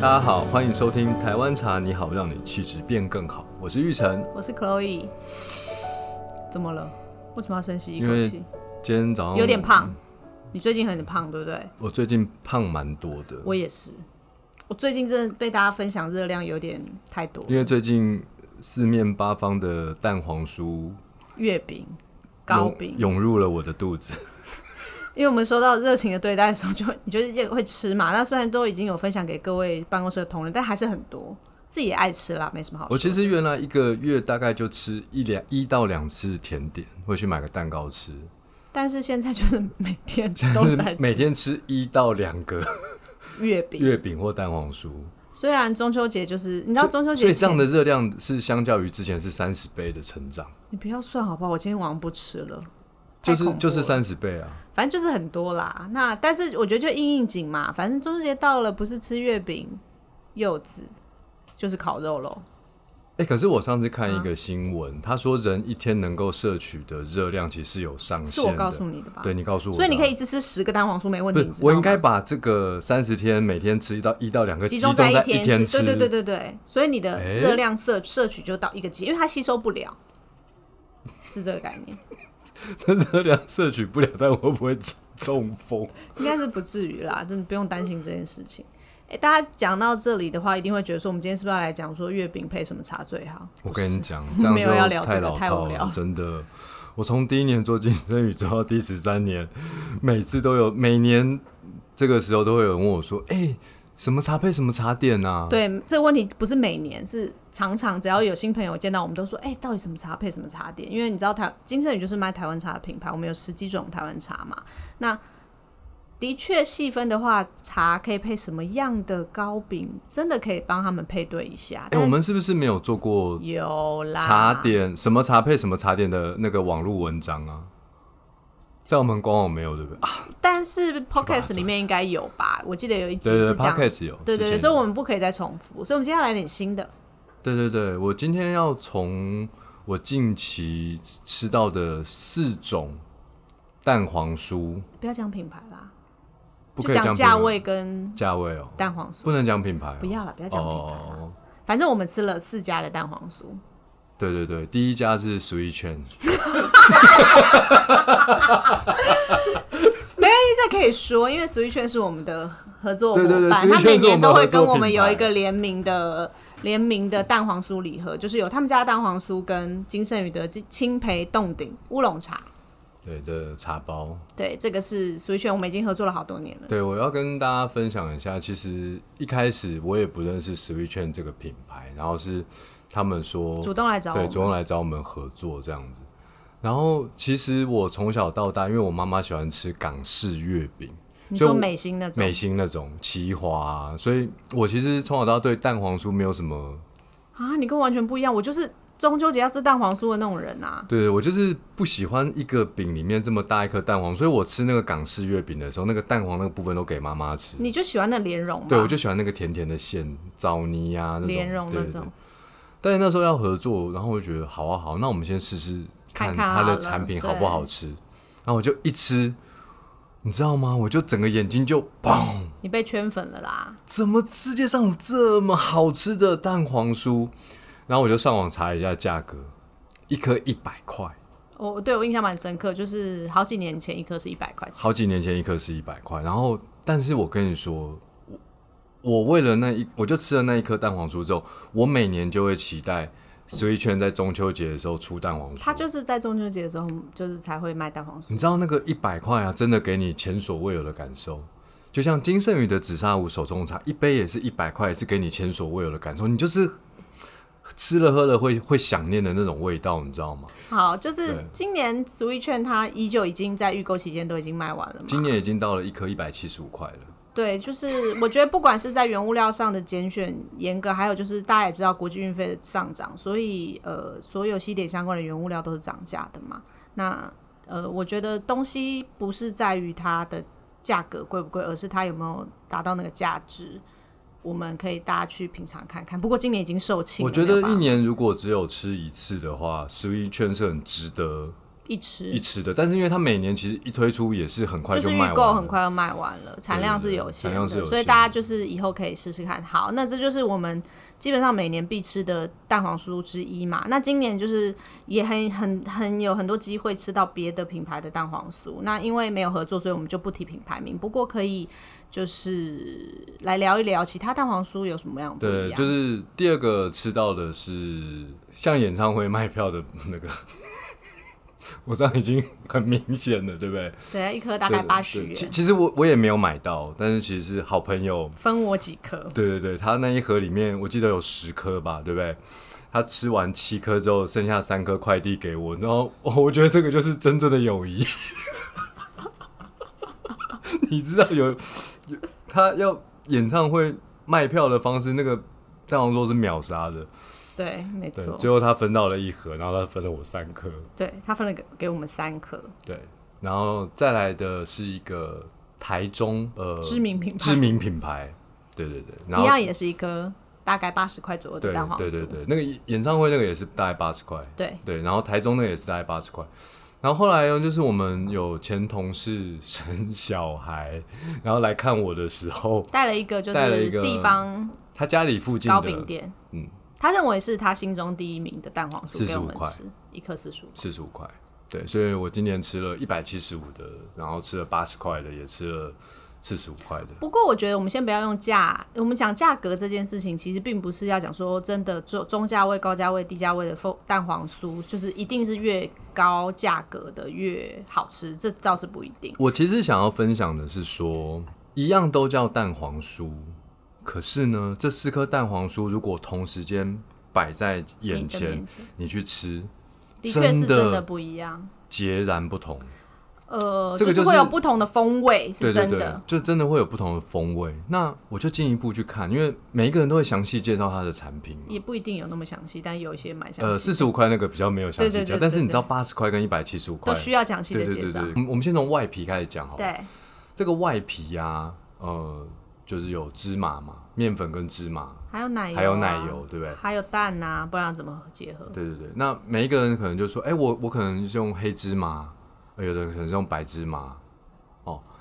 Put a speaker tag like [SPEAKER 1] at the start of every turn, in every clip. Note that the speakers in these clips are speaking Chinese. [SPEAKER 1] 大家好，欢迎收听《台湾茶你好》，让你气质变更好。我是玉成，
[SPEAKER 2] 我是 Chloe。怎么了？为什么要深吸一
[SPEAKER 1] 因
[SPEAKER 2] 口
[SPEAKER 1] 为
[SPEAKER 2] 气？
[SPEAKER 1] 今天早上
[SPEAKER 2] 有点，胖，你最近很胖，对不对？
[SPEAKER 1] 我最近胖蛮多的，
[SPEAKER 2] 我也是，我最近真的被大家分享热量有点太多。
[SPEAKER 1] 因为最近四面八方的蛋黄酥
[SPEAKER 2] 月饼、糕
[SPEAKER 1] 涌
[SPEAKER 2] 饼，
[SPEAKER 1] 涌入了我的肚子。
[SPEAKER 2] 因为我们收到热情的对待的时候就，会 你就是也会吃嘛。那虽然都已经有分享给各位办公室的同仁，但还是很多，自己也爱吃啦，没什么好说。
[SPEAKER 1] 我其实原来一个月大概就吃一两一到两次甜点，会去买个蛋糕吃，
[SPEAKER 2] 但是现在就是每 天
[SPEAKER 1] 就
[SPEAKER 2] 都
[SPEAKER 1] 是
[SPEAKER 2] 在
[SPEAKER 1] 每
[SPEAKER 2] 吃
[SPEAKER 1] 天吃一到两个
[SPEAKER 2] 月饼。
[SPEAKER 1] 月饼或蛋黄酥。
[SPEAKER 2] 虽然中秋节就是你知道中秋
[SPEAKER 1] 所
[SPEAKER 2] 节
[SPEAKER 1] 以这样
[SPEAKER 2] 前，
[SPEAKER 1] 的热量是相较于之前是三十倍的成长，
[SPEAKER 2] 你不要算好不好？我今天晚上不吃了。
[SPEAKER 1] 就
[SPEAKER 2] 太
[SPEAKER 1] 是
[SPEAKER 2] 恐怖
[SPEAKER 1] 就是
[SPEAKER 2] 了
[SPEAKER 1] 三十倍啊。
[SPEAKER 2] 反正就是很多啦。那但是我觉得就应应景嘛，反正中秋节到了，不是吃月饼、柚子，就是烤肉喽。
[SPEAKER 1] 哎、可是我上次
[SPEAKER 2] 嗯
[SPEAKER 1] 看一个新闻，他说人一天能够摄取的热量其实有上限的。
[SPEAKER 2] 是我告诉你的吧？
[SPEAKER 1] 对，你告诉我的啊，
[SPEAKER 2] 所以你可以一直吃十个蛋黄酥没问
[SPEAKER 1] 不
[SPEAKER 2] 题，
[SPEAKER 1] 是
[SPEAKER 2] 你知道
[SPEAKER 1] 我
[SPEAKER 2] 吗
[SPEAKER 1] 应该把这个三十天每天吃一到一到两个
[SPEAKER 2] 集
[SPEAKER 1] 中
[SPEAKER 2] 中在
[SPEAKER 1] 一
[SPEAKER 2] 天
[SPEAKER 1] 天吃，
[SPEAKER 2] 对对对对对，所以你的
[SPEAKER 1] 哎
[SPEAKER 2] 热量摄摄取就到一个极，因为它吸收不了，是这个概念，
[SPEAKER 1] 对， 热量摄取不了，但我会不会中中风？
[SPEAKER 2] 应该是不至于啦，真的不用担心这件事情。哎，大家讲到这里的话，一定会觉得说，我们今天是不是要来讲说月饼配什么茶最好？
[SPEAKER 1] 我
[SPEAKER 2] 不是
[SPEAKER 1] 跟你讲，这样
[SPEAKER 2] 没有要
[SPEAKER 1] 就
[SPEAKER 2] 聊
[SPEAKER 1] 太
[SPEAKER 2] 这个
[SPEAKER 1] 老
[SPEAKER 2] 太
[SPEAKER 1] 套
[SPEAKER 2] 无聊
[SPEAKER 1] 了，真的。我从第一年做健身宇做到第十三年，每次都有，每年这个时候都会有人问我说：“哎、什么茶配什么茶点啊？”
[SPEAKER 2] 对，这个问题不是每年，是常常只要有新朋友见到我们，都说：“哎、到底什么茶配什么茶点？”因为你知道台金圣宇就是卖台湾茶的品牌，我们有十几种台湾茶嘛。那的确细分的话，茶可以配什么样的糕饼，真的可以帮他们配对一下。
[SPEAKER 1] 哎、
[SPEAKER 2] 但
[SPEAKER 1] 我们是不是没有做过
[SPEAKER 2] 有啦，
[SPEAKER 1] 茶点什么茶配什么茶点的那个网络文章啊，在我们官网没有对不对？啊、
[SPEAKER 2] 但是
[SPEAKER 1] 它做
[SPEAKER 2] podcast
[SPEAKER 1] 一
[SPEAKER 2] 里面应该有吧？我记得有一集
[SPEAKER 1] 对对
[SPEAKER 2] 是
[SPEAKER 1] 对
[SPEAKER 2] 这样。
[SPEAKER 1] ，Podcast 有，
[SPEAKER 2] 对对对，
[SPEAKER 1] 之前有
[SPEAKER 2] 所以我们不可以再重复，所以我们今天要来点新的。
[SPEAKER 1] 对对对，我今天要从我近期吃到的四种蛋黄酥，
[SPEAKER 2] 不要讲品牌啦，
[SPEAKER 1] 不可
[SPEAKER 2] 就
[SPEAKER 1] 以
[SPEAKER 2] 讲
[SPEAKER 1] 讲
[SPEAKER 2] 价
[SPEAKER 1] 品牌
[SPEAKER 2] 位跟
[SPEAKER 1] 价位哦，
[SPEAKER 2] 蛋黄酥。
[SPEAKER 1] 不能讲品牌哦、
[SPEAKER 2] 不要了，不要讲品牌了。
[SPEAKER 1] 哦。
[SPEAKER 2] 反正我们吃了四家的蛋黄酥，
[SPEAKER 1] 对对对，第一家是 Sweet Chain，
[SPEAKER 2] 没关系，这可以说，因为俗一圈是我们的合作伙伴，
[SPEAKER 1] 对对对
[SPEAKER 2] 他
[SPEAKER 1] 俗一
[SPEAKER 2] 每
[SPEAKER 1] 圈是我
[SPEAKER 2] 年
[SPEAKER 1] 们
[SPEAKER 2] 都会
[SPEAKER 1] 合作
[SPEAKER 2] 跟我们
[SPEAKER 1] 品牌
[SPEAKER 2] 有一个联名的联名的蛋黄酥礼盒，就是有他们家的蛋黄酥跟金圣宇的青培冻顶乌龙茶。
[SPEAKER 1] 对的茶包。
[SPEAKER 2] 对，这个是俗一圈，我们已经合作了好多年了。
[SPEAKER 1] 对，我要跟大家分享一下，其实一开始我也不认识 Sweet Chain 这个品牌，然后是他们说
[SPEAKER 2] 主动来找我
[SPEAKER 1] 哦对，
[SPEAKER 2] 们
[SPEAKER 1] 主，动来找我们合作这样子。然后其实我从小到大，因为我妈妈喜欢吃港式月饼，
[SPEAKER 2] 你
[SPEAKER 1] 就
[SPEAKER 2] 说美心那种
[SPEAKER 1] 美心那种奇华、啊，所以我其实从小到大对蛋黄酥没有什么，
[SPEAKER 2] 啊，你跟我完全不一样，我就是中秋节要吃蛋黄酥的那种人啊。
[SPEAKER 1] 对我就是不喜欢一个饼里面这么大一颗蛋黄，所以我吃那个港式月饼的时候，那个蛋黄那个部分都给妈妈吃。
[SPEAKER 2] 你就喜欢那莲蓉嘛？
[SPEAKER 1] 对，我就喜欢那个甜甜的馅枣泥啊，那种
[SPEAKER 2] 莲蓉
[SPEAKER 1] 对
[SPEAKER 2] 那
[SPEAKER 1] 对对
[SPEAKER 2] 种。
[SPEAKER 1] 但是那时候要合作，然后我就觉得好啊好，那我们先试试看
[SPEAKER 2] 看看
[SPEAKER 1] 它
[SPEAKER 2] 好
[SPEAKER 1] 的
[SPEAKER 2] 了
[SPEAKER 1] 产品
[SPEAKER 2] 对
[SPEAKER 1] 好不好吃。然后我就一吃，你知道吗？我就整个眼睛就砰！
[SPEAKER 2] 你被圈粉了啦。
[SPEAKER 1] 怎么世界上有这么好吃的蛋黄酥？然后我就上网查一下价格，一颗一百块，
[SPEAKER 2] 我对我印象蛮深刻，就是好几年前一颗是一百块钱。
[SPEAKER 1] 好几年前一颗是一百块。然后，但是我跟你说，我我为了那一，我就吃了那一颗蛋黄酥之后，我每年就会期待。所以圈在中秋节的时候出蛋黄酥，
[SPEAKER 2] 他就是在中秋节的时候，就是才会卖蛋黄酥
[SPEAKER 1] 你。知道那个一百块啊，真的给你前所未有的感受。就像金圣宇的紫砂壶手中茶，一杯也是一百块，也是给你前所未有的感受。你就是吃了喝了会会想念的那种味道，你知道吗？
[SPEAKER 2] 好，就是
[SPEAKER 1] 对
[SPEAKER 2] 今年足一券它依旧已经在预购期间都已经卖完了嘛。
[SPEAKER 1] 今年已经到了一颗一百七十五块了，
[SPEAKER 2] 对，就是我觉得不管是在原物料上的拣选严格，还有就是大家也知道国际运费的上涨，所以呃，所有西点相关的原物料都是涨价的嘛。那呃，我觉得东西不是在于它的价格贵不贵，而是它有没有达到那个价值。我们可以大家去品尝看看。不过今年已经售罄了，
[SPEAKER 1] 我觉得
[SPEAKER 2] 没有办
[SPEAKER 1] 一
[SPEAKER 2] 法
[SPEAKER 1] 年如果只有吃一次的话，十一券是很值得
[SPEAKER 2] 一吃，
[SPEAKER 1] 一吃的，但是因为它每年其实一推出也是很快
[SPEAKER 2] 就是
[SPEAKER 1] 卖
[SPEAKER 2] 预
[SPEAKER 1] 完
[SPEAKER 2] 购
[SPEAKER 1] 了，
[SPEAKER 2] 很快就卖完了，产量是有限
[SPEAKER 1] 产量是有限的
[SPEAKER 2] 的，所以大家就是以后可以试试看。好，那这就是我们基本上每年必吃的蛋黄酥之一嘛。那今年就是也很很很有很多机会吃到别的品牌的蛋黄酥。那因为没有合作，所以我们就不提品牌名，不过可以就是来聊一聊其他蛋黄酥有什么样不一
[SPEAKER 1] 对，
[SPEAKER 2] 样。
[SPEAKER 1] 就是第二个吃到的是像演唱会卖票的那个， 我这样已经很明显了，对不对？
[SPEAKER 2] 对，一颗大概
[SPEAKER 1] 对
[SPEAKER 2] 八十
[SPEAKER 1] 对其
[SPEAKER 2] 元，
[SPEAKER 1] 其实我我也没有买到，但是其实是好朋友，
[SPEAKER 2] 分我几颗。
[SPEAKER 1] 对对对，他那一盒里面我记得有十颗吧，对不对？他吃完七颗之后，剩下三颗快递给我，然后、哦我觉得这个就是真正的友谊。 你知道有有他要演唱会卖票的方式，那个蛋黄酥是秒杀的，
[SPEAKER 2] 对，没
[SPEAKER 1] 对，
[SPEAKER 2] 错，
[SPEAKER 1] 最后他分到了一盒，然后他分了我三颗，
[SPEAKER 2] 对他分了给给我们三颗，
[SPEAKER 1] 对，然后再来的是一个台中呃
[SPEAKER 2] 知名品牌，
[SPEAKER 1] 知名品牌，对对对，然
[SPEAKER 2] 一
[SPEAKER 1] 后
[SPEAKER 2] 样也是一颗大概八十块左右的
[SPEAKER 1] 对
[SPEAKER 2] 蛋黄酥。
[SPEAKER 1] 对对对，那个演唱会那个也是大概八十块，
[SPEAKER 2] 对
[SPEAKER 1] 对，然后台中那个也是大概八十块。然后后来呢，就是我们有前同事生小孩，然后来看我的时候，
[SPEAKER 2] 带了一个就
[SPEAKER 1] 带了一
[SPEAKER 2] 是
[SPEAKER 1] 个
[SPEAKER 2] 地方
[SPEAKER 1] 他家里附近
[SPEAKER 2] 糕饼
[SPEAKER 1] 的
[SPEAKER 2] 店，
[SPEAKER 1] 嗯，
[SPEAKER 2] 他认为是他心中第一名的蛋黄酥给我们
[SPEAKER 1] 45块
[SPEAKER 2] 吃，一颗四十五。
[SPEAKER 1] 四十五块，对，所以我今年吃了一百七十五的，然后吃了八十块的，也吃了四十五块的，
[SPEAKER 2] 不过我觉得我们先不要用价，我们讲价格这件事情，其实并不是要讲说真的中中价位、高价位、低价位的凤蛋黄酥，就是一定是越高价格的越好吃，这倒是不一定。
[SPEAKER 1] 我其实想要分享的是说，一样都叫蛋黄酥，可是呢，这四颗蛋黄酥如果同时间摆在眼
[SPEAKER 2] 你的
[SPEAKER 1] 前
[SPEAKER 2] 面，前
[SPEAKER 1] 你去吃，
[SPEAKER 2] 的确是真的
[SPEAKER 1] 的
[SPEAKER 2] 不一样，
[SPEAKER 1] 截然不同。
[SPEAKER 2] 呃，
[SPEAKER 1] 这个
[SPEAKER 2] 就
[SPEAKER 1] 就
[SPEAKER 2] 是
[SPEAKER 1] 是
[SPEAKER 2] 会有不同的风味，
[SPEAKER 1] 对
[SPEAKER 2] 是
[SPEAKER 1] 对
[SPEAKER 2] 真
[SPEAKER 1] 对
[SPEAKER 2] 的。，
[SPEAKER 1] 就真的会有不同的风味。那我就进一步去看，因为每一个人都会详细介绍他的产品嘛。
[SPEAKER 2] 也不一定有那么详细，但有一些蛮详
[SPEAKER 1] 呃，
[SPEAKER 2] 细
[SPEAKER 1] 四
[SPEAKER 2] 的，
[SPEAKER 1] 十五块那个比较没有详
[SPEAKER 2] 对
[SPEAKER 1] 细
[SPEAKER 2] 对
[SPEAKER 1] 讲，
[SPEAKER 2] 对
[SPEAKER 1] 但是
[SPEAKER 2] 对
[SPEAKER 1] 你知道
[SPEAKER 2] 对
[SPEAKER 1] 八十块跟一百七十五块
[SPEAKER 2] 都需要详细
[SPEAKER 1] 对
[SPEAKER 2] 的
[SPEAKER 1] 对
[SPEAKER 2] 介
[SPEAKER 1] 对
[SPEAKER 2] 绍。
[SPEAKER 1] 对，我们我们先从外皮开始讲好了。
[SPEAKER 2] 对，
[SPEAKER 1] 这个外皮呀、呃，就是有芝麻嘛，面粉跟芝麻，
[SPEAKER 2] 还有奶油啊、
[SPEAKER 1] 还有奶油，对不对？
[SPEAKER 2] 还有蛋呐、不然怎么结合？
[SPEAKER 1] 对对对。那每一个人可能就说，哎、我我可能是用黑芝麻，呃有的人可能是用白芝麻，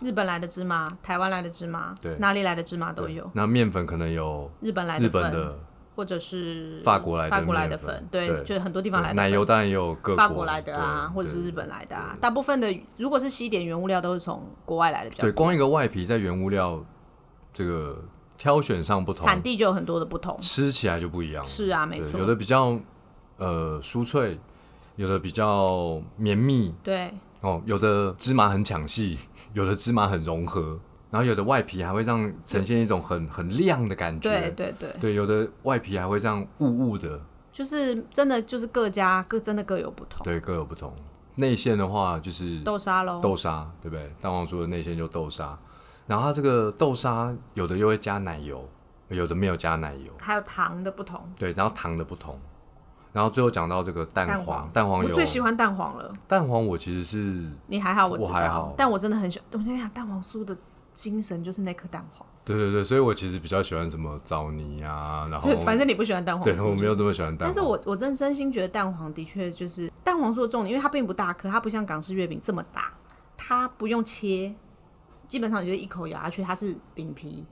[SPEAKER 2] 日本来的芝麻，台湾来的芝麻，
[SPEAKER 1] 对
[SPEAKER 2] 哪里来的芝麻都
[SPEAKER 1] 对
[SPEAKER 2] 有。
[SPEAKER 1] 那面粉可能有
[SPEAKER 2] 日本来
[SPEAKER 1] 日
[SPEAKER 2] 的
[SPEAKER 1] 本
[SPEAKER 2] 粉，
[SPEAKER 1] 的，
[SPEAKER 2] 或者是
[SPEAKER 1] 法国来的
[SPEAKER 2] 法国来的
[SPEAKER 1] 面粉
[SPEAKER 2] 粉，对，
[SPEAKER 1] 对
[SPEAKER 2] 就是很多地
[SPEAKER 1] 地
[SPEAKER 2] 方来的
[SPEAKER 1] 奶
[SPEAKER 2] 粉
[SPEAKER 1] 油当然也有各
[SPEAKER 2] 法国来的啊，
[SPEAKER 1] 对
[SPEAKER 2] 或者是
[SPEAKER 1] 对
[SPEAKER 2] 日本来的啊，大部分的如果是西点原物料都是从国外来的比较
[SPEAKER 1] 对，
[SPEAKER 2] 多，
[SPEAKER 1] 光一个外皮在原物料这个挑选上不同，
[SPEAKER 2] 产地就有很多的不同。
[SPEAKER 1] 吃起来就不一样了。
[SPEAKER 2] 是啊，没
[SPEAKER 1] 对
[SPEAKER 2] 错，
[SPEAKER 1] 有的比较呃酥脆，有的比较绵密，
[SPEAKER 2] 对
[SPEAKER 1] 哦，有的芝麻很抢戏， 有的芝麻很融合，然后有的外皮还会让呈现一种很很亮的感觉。
[SPEAKER 2] 对对对，
[SPEAKER 1] 对有的外皮还会这样雾雾的，
[SPEAKER 2] 就是真的就是各家各真的各有不同。
[SPEAKER 1] 对，各有不同。内馅的话就是
[SPEAKER 2] 豆沙喽，
[SPEAKER 1] 豆沙，对不对？蛋黄酥的内馅就豆沙，然后它这个豆沙有的又会加奶油，有的没有加奶油，
[SPEAKER 2] 还有糖的不同。
[SPEAKER 1] 对，然后糖的不同。然后最后讲到这个蛋
[SPEAKER 2] 蛋
[SPEAKER 1] 黄，
[SPEAKER 2] 黄
[SPEAKER 1] 蛋黄
[SPEAKER 2] 我
[SPEAKER 1] 有
[SPEAKER 2] 最喜欢蛋黄了，
[SPEAKER 1] 蛋黄，我其实是
[SPEAKER 2] 你还好，知
[SPEAKER 1] 我还好
[SPEAKER 2] 道，但我真的很喜欢。我在想，蛋黄酥的精神就是那颗蛋黄，
[SPEAKER 1] 对对对，所以我其实比较喜欢什么枣泥啊，然后
[SPEAKER 2] 所以反正你不喜欢蛋黄酥，
[SPEAKER 1] 对我没有。这么喜欢蛋
[SPEAKER 2] 但
[SPEAKER 1] 黄，
[SPEAKER 2] 是我我真真心觉得蛋黄的确就是蛋黄酥的重点，因为它并不大颗，它不像港式月饼这么大，它不用切，基本上你就一口咬下去，它是饼皮、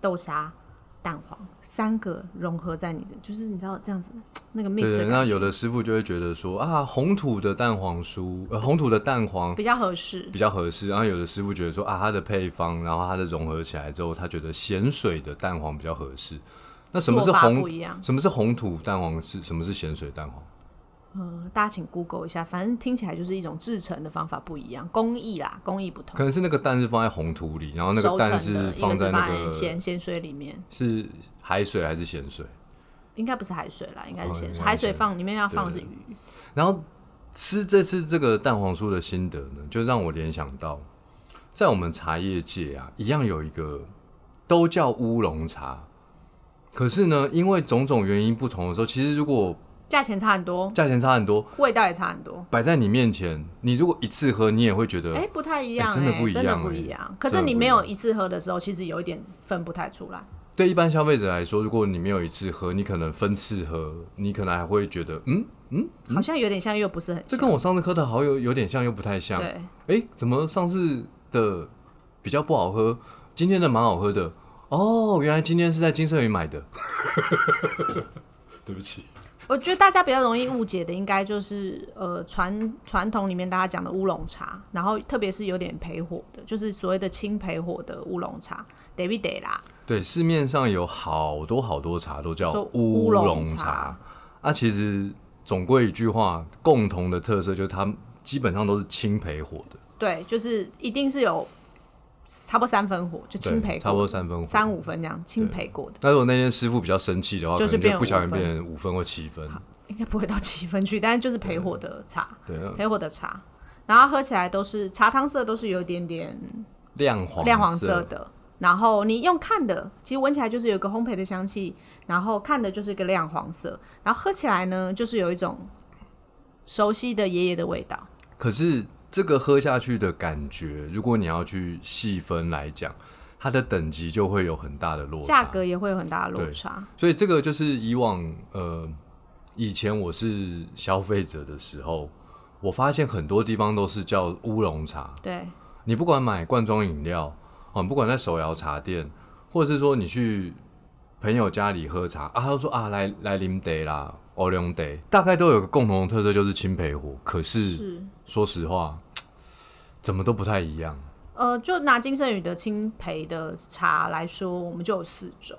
[SPEAKER 2] 豆沙、蛋黄三个融合在你的，就是你知道这样子那个 mix
[SPEAKER 1] 对
[SPEAKER 2] 的
[SPEAKER 1] 对，
[SPEAKER 2] 感
[SPEAKER 1] 那
[SPEAKER 2] 觉
[SPEAKER 1] 有的师傅就会觉得说啊，红土的蛋黄酥，呃，红土的蛋黄
[SPEAKER 2] 比较合适。
[SPEAKER 1] 比较合适。然后有的师傅觉得说啊，它的配方，然后它的融合起来之后，他觉得咸水的蛋黄比较合适。那什么是
[SPEAKER 2] 做法
[SPEAKER 1] 红
[SPEAKER 2] 不一样？
[SPEAKER 1] 什么是红土蛋黄？是什么是咸水蛋黄？
[SPEAKER 2] 嗯，大家请 Google 一下，反正听起来就是一种制成的方法不一样，工艺啦，工艺不同
[SPEAKER 1] 可。能是那个蛋是放在红土里，然后那个
[SPEAKER 2] 熟成
[SPEAKER 1] 蛋
[SPEAKER 2] 的，
[SPEAKER 1] 是
[SPEAKER 2] 一个
[SPEAKER 1] 放在
[SPEAKER 2] 是
[SPEAKER 1] 那
[SPEAKER 2] 放
[SPEAKER 1] 个
[SPEAKER 2] 咸咸水里面，
[SPEAKER 1] 是海水还是咸水？
[SPEAKER 2] 应该不是海水啦，应该是
[SPEAKER 1] 哦
[SPEAKER 2] 咸
[SPEAKER 1] 应
[SPEAKER 2] 水。
[SPEAKER 1] 该
[SPEAKER 2] 海水
[SPEAKER 1] 是
[SPEAKER 2] 放里面要放的是
[SPEAKER 1] 对
[SPEAKER 2] 鱼，
[SPEAKER 1] 然后吃这次这个蛋黄酥的心得呢，就让我联想到，在我们茶叶界啊，一样有一个都叫乌龙茶，可是呢，因为种种原因不同的时候，其实如果
[SPEAKER 2] 价钱差很多，
[SPEAKER 1] 价钱差很多，
[SPEAKER 2] 味道也差很多。
[SPEAKER 1] 摆在你面前，你如果一次喝，你也会觉得，
[SPEAKER 2] 哎、不太一样、
[SPEAKER 1] 哎
[SPEAKER 2] 哎，
[SPEAKER 1] 真的不一样哎
[SPEAKER 2] 一样。可
[SPEAKER 1] 真
[SPEAKER 2] 是
[SPEAKER 1] 的
[SPEAKER 2] 你
[SPEAKER 1] 不
[SPEAKER 2] 没
[SPEAKER 1] 一
[SPEAKER 2] 有一次喝的时候，其实有一点分不太出来。
[SPEAKER 1] 对一般消费者来说，如果你没有一次喝，你可能分次喝，你可能还会觉得，嗯，嗯，
[SPEAKER 2] 好像有点像又不是很
[SPEAKER 1] 这
[SPEAKER 2] 像。
[SPEAKER 1] 跟我上次喝的好友有点像，又不太像。
[SPEAKER 2] 对，
[SPEAKER 1] 哎，怎么上次的比较不好喝，今天的蛮好喝的？哦，原来今天是在金盛宇买的。 对不起，
[SPEAKER 2] 我觉得大家比较容易误解的，应该就是呃传传统里面大家讲的乌龙茶，然后特别是有点焙火的，就是所谓的轻焙火的乌龙茶得必得啦。
[SPEAKER 1] 对，市面上有好多好多茶都叫
[SPEAKER 2] 说
[SPEAKER 1] 乌
[SPEAKER 2] 乌龙
[SPEAKER 1] 龙
[SPEAKER 2] 茶
[SPEAKER 1] 茶，啊，其实总归一句话，共同的特色就是它基本上都是青焙火的，
[SPEAKER 2] 对，就是一定是有差不多三分火，就
[SPEAKER 1] 对
[SPEAKER 2] 轻焙
[SPEAKER 1] 差不多
[SPEAKER 2] 过，
[SPEAKER 1] 三分火。
[SPEAKER 2] 三五分这样轻焙过的，
[SPEAKER 1] 那如果那天师傅比较生气的话，
[SPEAKER 2] 就是
[SPEAKER 1] 可能就
[SPEAKER 2] 变
[SPEAKER 1] 不小心
[SPEAKER 2] 五分
[SPEAKER 1] 变成五分或七分。
[SPEAKER 2] 应该不会到七分去，但是就是焙火的茶，
[SPEAKER 1] 对，
[SPEAKER 2] 焙火的茶，然后喝起来都是茶汤色都是有一点点
[SPEAKER 1] 亮黄
[SPEAKER 2] 亮黄色的。然后你用看的，其实闻起来就是有一个烘焙的香气，然后看的就是一个亮黄色，然后喝起来呢，就是有一种熟悉的爷爷的味道。
[SPEAKER 1] 可是这个喝下去的感觉，如果你要去细分来讲，它的等级就会有很大的落差。
[SPEAKER 2] 价格也会有很大的落差。
[SPEAKER 1] 所以这个就是以往呃，以前我是消费者的时候，我发现很多地方都是叫乌龙茶。
[SPEAKER 2] 对
[SPEAKER 1] 你不管买罐装饮料，哦，你不管在手摇茶店，或者是说你去朋友家里喝茶啊，他就说啊，来来啉茶啦，乌龙茶，大概都有个共同的特色，就是青焙火。可是
[SPEAKER 2] 是，
[SPEAKER 1] 说实话，怎么都不太一样。
[SPEAKER 2] 呃，就拿金圣宇的青培的茶来说，我们就有四种：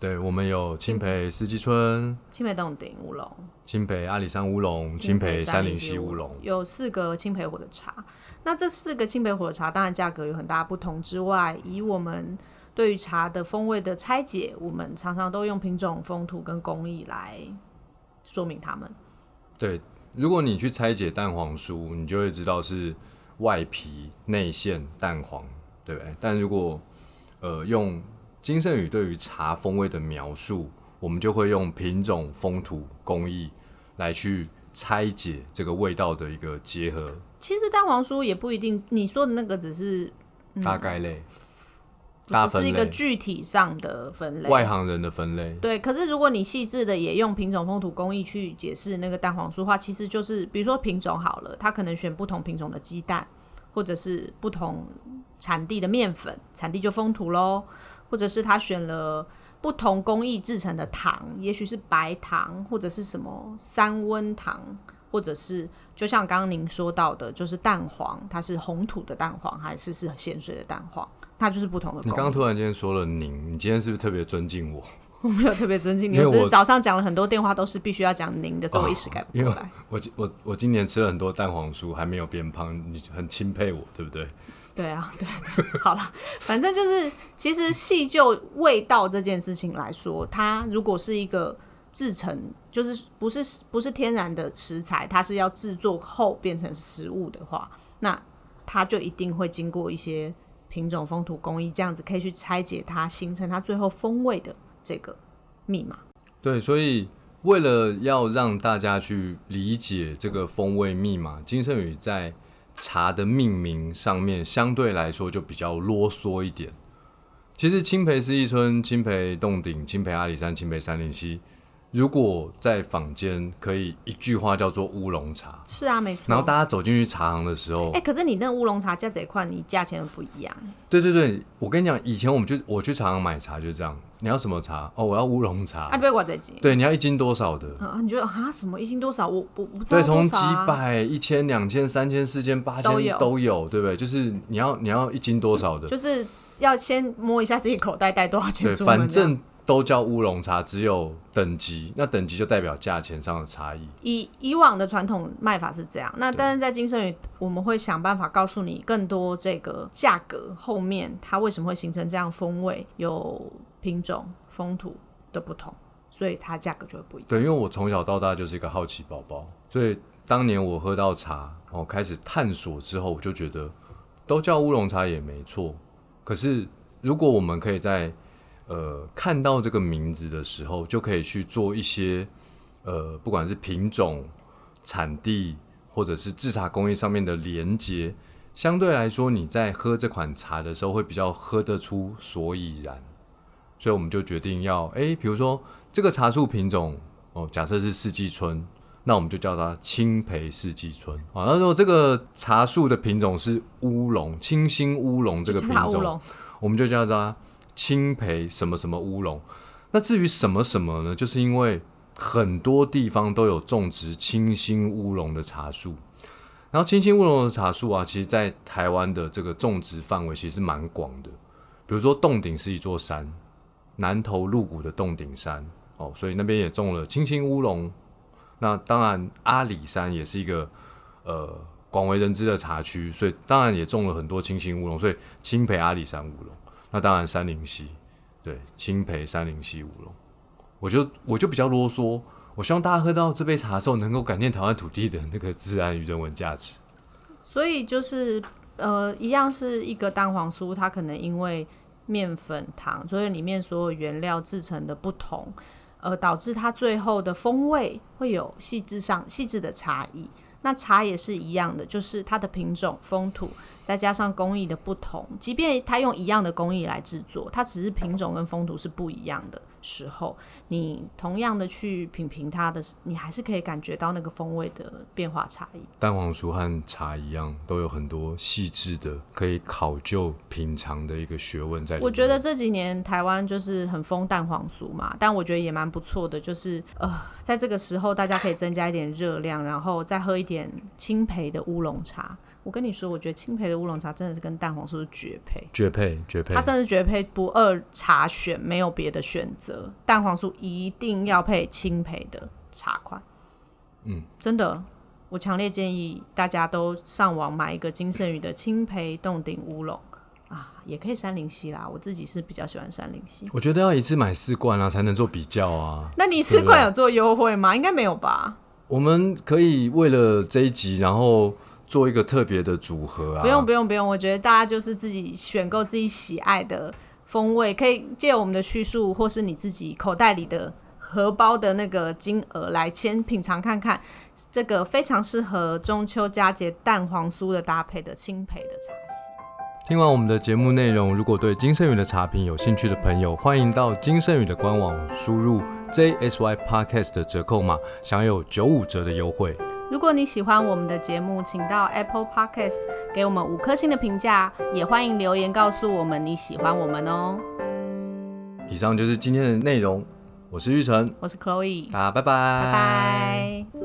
[SPEAKER 1] 对我们有青培四季春、
[SPEAKER 2] 青培洞顶乌龙、
[SPEAKER 1] 青培阿里山乌龙、青培山林溪乌龙。
[SPEAKER 2] 有四个青焙火的茶。那这四个青焙火的茶，当然价格有很大不同之外，以我们对于茶的风味的拆解，我们常常都用品种、风土跟工艺来说明它们。
[SPEAKER 1] 对，如果你去拆解蛋黄酥，你就会知道是外皮、内馅、蛋黄，对不对？但如果呃用金圣宇对于茶风味的描述，我们就会用品种、风土、工艺来去拆解这个味道的一个结合，
[SPEAKER 2] 其实蛋黄酥也不一定，你说的那个只是
[SPEAKER 1] 大概类、大
[SPEAKER 2] 不是
[SPEAKER 1] 分
[SPEAKER 2] 是一个
[SPEAKER 1] 类、
[SPEAKER 2] 具体上的分类。
[SPEAKER 1] 外行人的分类。
[SPEAKER 2] 对，可是如果你细致的也用品种、风土、工艺去解释那个蛋黄酥的话，其实就是比如说品种好了，它可能选不同品种的鸡蛋，或者是不同产地的面粉，产地就风土喽，或者是它选了不同工艺制成的糖，也许是白糖，或者是什么三温糖。或者是就像刚刚您说到的，就是蛋黄，它是红土的蛋黄还是是咸水的蛋黄，它就是不同的工
[SPEAKER 1] 你
[SPEAKER 2] 艺。
[SPEAKER 1] 刚刚突然间说了您，你今天是不是特别尊敬我？
[SPEAKER 2] 我没有特别尊敬你，
[SPEAKER 1] 因为
[SPEAKER 2] 我
[SPEAKER 1] 我
[SPEAKER 2] 只是早上讲了很多电话，都是必须要讲您的，所以我一时改不
[SPEAKER 1] 因为
[SPEAKER 2] 过来。
[SPEAKER 1] 我今我我今年吃了很多蛋黄酥，还没有变胖，你很钦佩我，对不对？
[SPEAKER 2] 对啊，对对，好了，反正就是，其实细就味道这件事情来说，它如果是一个制成，就是不是不是天然的食材，它是要制作后变成食物的话，那它就一定会经过一些品种、风土、工艺这样子，可以去拆解它，形成它最后风味的这个密码。
[SPEAKER 1] 对，所以为了要让大家去理解这个风味密码，金圣宇在茶的命名上面相对来说就比较啰嗦一点。其实青培是一村、青培洞顶、青培阿里山、青培三林溪，如果在坊间可以一句话叫做乌龙茶，
[SPEAKER 2] 是啊，没错。
[SPEAKER 1] 然后大家走进去茶行的时候，
[SPEAKER 2] 哎、可是你那乌龙茶加这一块，你价钱不一样。
[SPEAKER 1] 对对对，我跟你讲，以前我们去我去茶行买茶就是这样，你要什么茶？哦，我要乌龙茶。
[SPEAKER 2] 啊，不要管这几。
[SPEAKER 1] 对，你要一斤多少的？
[SPEAKER 2] 啊，你觉得啊什么一斤多少？我我我不知
[SPEAKER 1] 对，
[SPEAKER 2] 道多
[SPEAKER 1] 从
[SPEAKER 2] 少
[SPEAKER 1] 几
[SPEAKER 2] 啊。
[SPEAKER 1] 百、一千、两千、三千、四千、八千
[SPEAKER 2] 都有
[SPEAKER 1] 都有，对不对？就是你要你要一斤多少的，
[SPEAKER 2] 就是要先摸一下自己口袋带多少钱
[SPEAKER 1] 对，
[SPEAKER 2] 出门这样。
[SPEAKER 1] 反正都叫乌龙茶，只有等级，那等级就代表价钱上的差异。
[SPEAKER 2] 以以往的传统卖法是这样，那但是在金圣宇，我们会想办法告诉你更多这个价格后面它为什么会形成这样风味，有品种、风土的不同，所以它价格就会不一样。
[SPEAKER 1] 对，因为我从小到大就是一个好奇宝宝，所以当年我喝到茶，哦，开始探索之后，我就觉得都叫乌龙茶也没错。可是如果我们可以在呃看到这个名字的时候，就可以去做一些呃，不管是品种、产地或者是制茶工艺上面的连接，相对来说，你在喝这款茶的时候会比较喝得出所以然。所以我们就决定要，诶，比如说这个茶树品种哦，假设是四季春，那我们就叫它青培四季春啊。那如果这个茶树的品种是乌龙，清新乌龙这个
[SPEAKER 2] 就
[SPEAKER 1] 品
[SPEAKER 2] 叫它乌
[SPEAKER 1] 种
[SPEAKER 2] 龙，
[SPEAKER 1] 我们就叫它青培什么什么乌龙。那至于什么什么呢？就是因为很多地方都有种植清新乌龙的茶树，然后清新乌龙的茶树啊，其实在台湾的这个种植范围其实蛮广的。比如说洞顶是一座山，南投鹿谷的洞顶山哦，所以那边也种了清新乌龙。那当然，阿里山也是一个呃广为人知的茶区，所以当然也种了很多清新乌龙，所以青培阿里山乌龙。那当然山林溪，对，青培山林溪乌龙。我就我就比较啰嗦，我希望大家喝到这杯茶的时候，能够感念台湾土地的那个自然与人文价值。
[SPEAKER 2] 所以就是呃，一样是一个蛋黄酥，它可能因为面粉、糖，所以里面所有原料制成的不同，呃，导致它最后的风味会有细致上细致的差异。那茶也是一样的，就是它的品种、风土，再加上工艺的不同，即便它用一样的工艺来制作，它只是品种跟风土是不一样的时候，你同样的去品评它的时，你还是可以感觉到那个风味的变化差异。
[SPEAKER 1] 蛋黄酥和茶一样，都有很多细致的可以考究品尝的一个学问在里面。
[SPEAKER 2] 我觉得这几年台湾就是很疯蛋黄酥嘛，但我觉得也蛮不错的，就是呃，在这个时候大家可以增加一点热量，然后再喝一点青培的乌龙茶。我跟你说，我觉得青培的乌龙茶真的是跟蛋黄酥是绝配，
[SPEAKER 1] 绝配，绝配
[SPEAKER 2] 它。真的是绝配不二茶选，没有别的选择。蛋黄酥一定要配青培的茶款，嗯，真的。我强烈建议大家都上网买一个金圣宇的青培洞顶乌龙啊，也可以山林溪啦。我自己是比较喜欢山林溪。
[SPEAKER 1] 我觉得要一次买四罐啊，才能做比较啊。
[SPEAKER 2] 那你四罐有做优惠吗？应该没有吧？
[SPEAKER 1] 我们可以为了这一集，然后做一个特别的组合啊。
[SPEAKER 2] 不用不用不用，我觉得大家就是自己选购自己喜爱的风味，可以借我们的叙述，或是你自己口袋里的荷包的那个金额来先品尝看看，这个非常适合中秋佳节蛋黄酥的搭配的青培的茶系。
[SPEAKER 1] 听完我们的节目内容，如果对金圣宇的茶品有兴趣的朋友，欢迎到金圣宇的官网输入 JSY Podcast 的折扣码，享有九五折的优惠。
[SPEAKER 2] 如果你喜欢我们的节目，请到 Apple Podcast 给我们五颗星的评价，也欢迎留言告诉我们你喜欢我们哦。
[SPEAKER 1] 以上就是今天的内容，我是玉成，
[SPEAKER 2] 我是 Chloe，
[SPEAKER 1] 大家拜
[SPEAKER 2] 拜拜。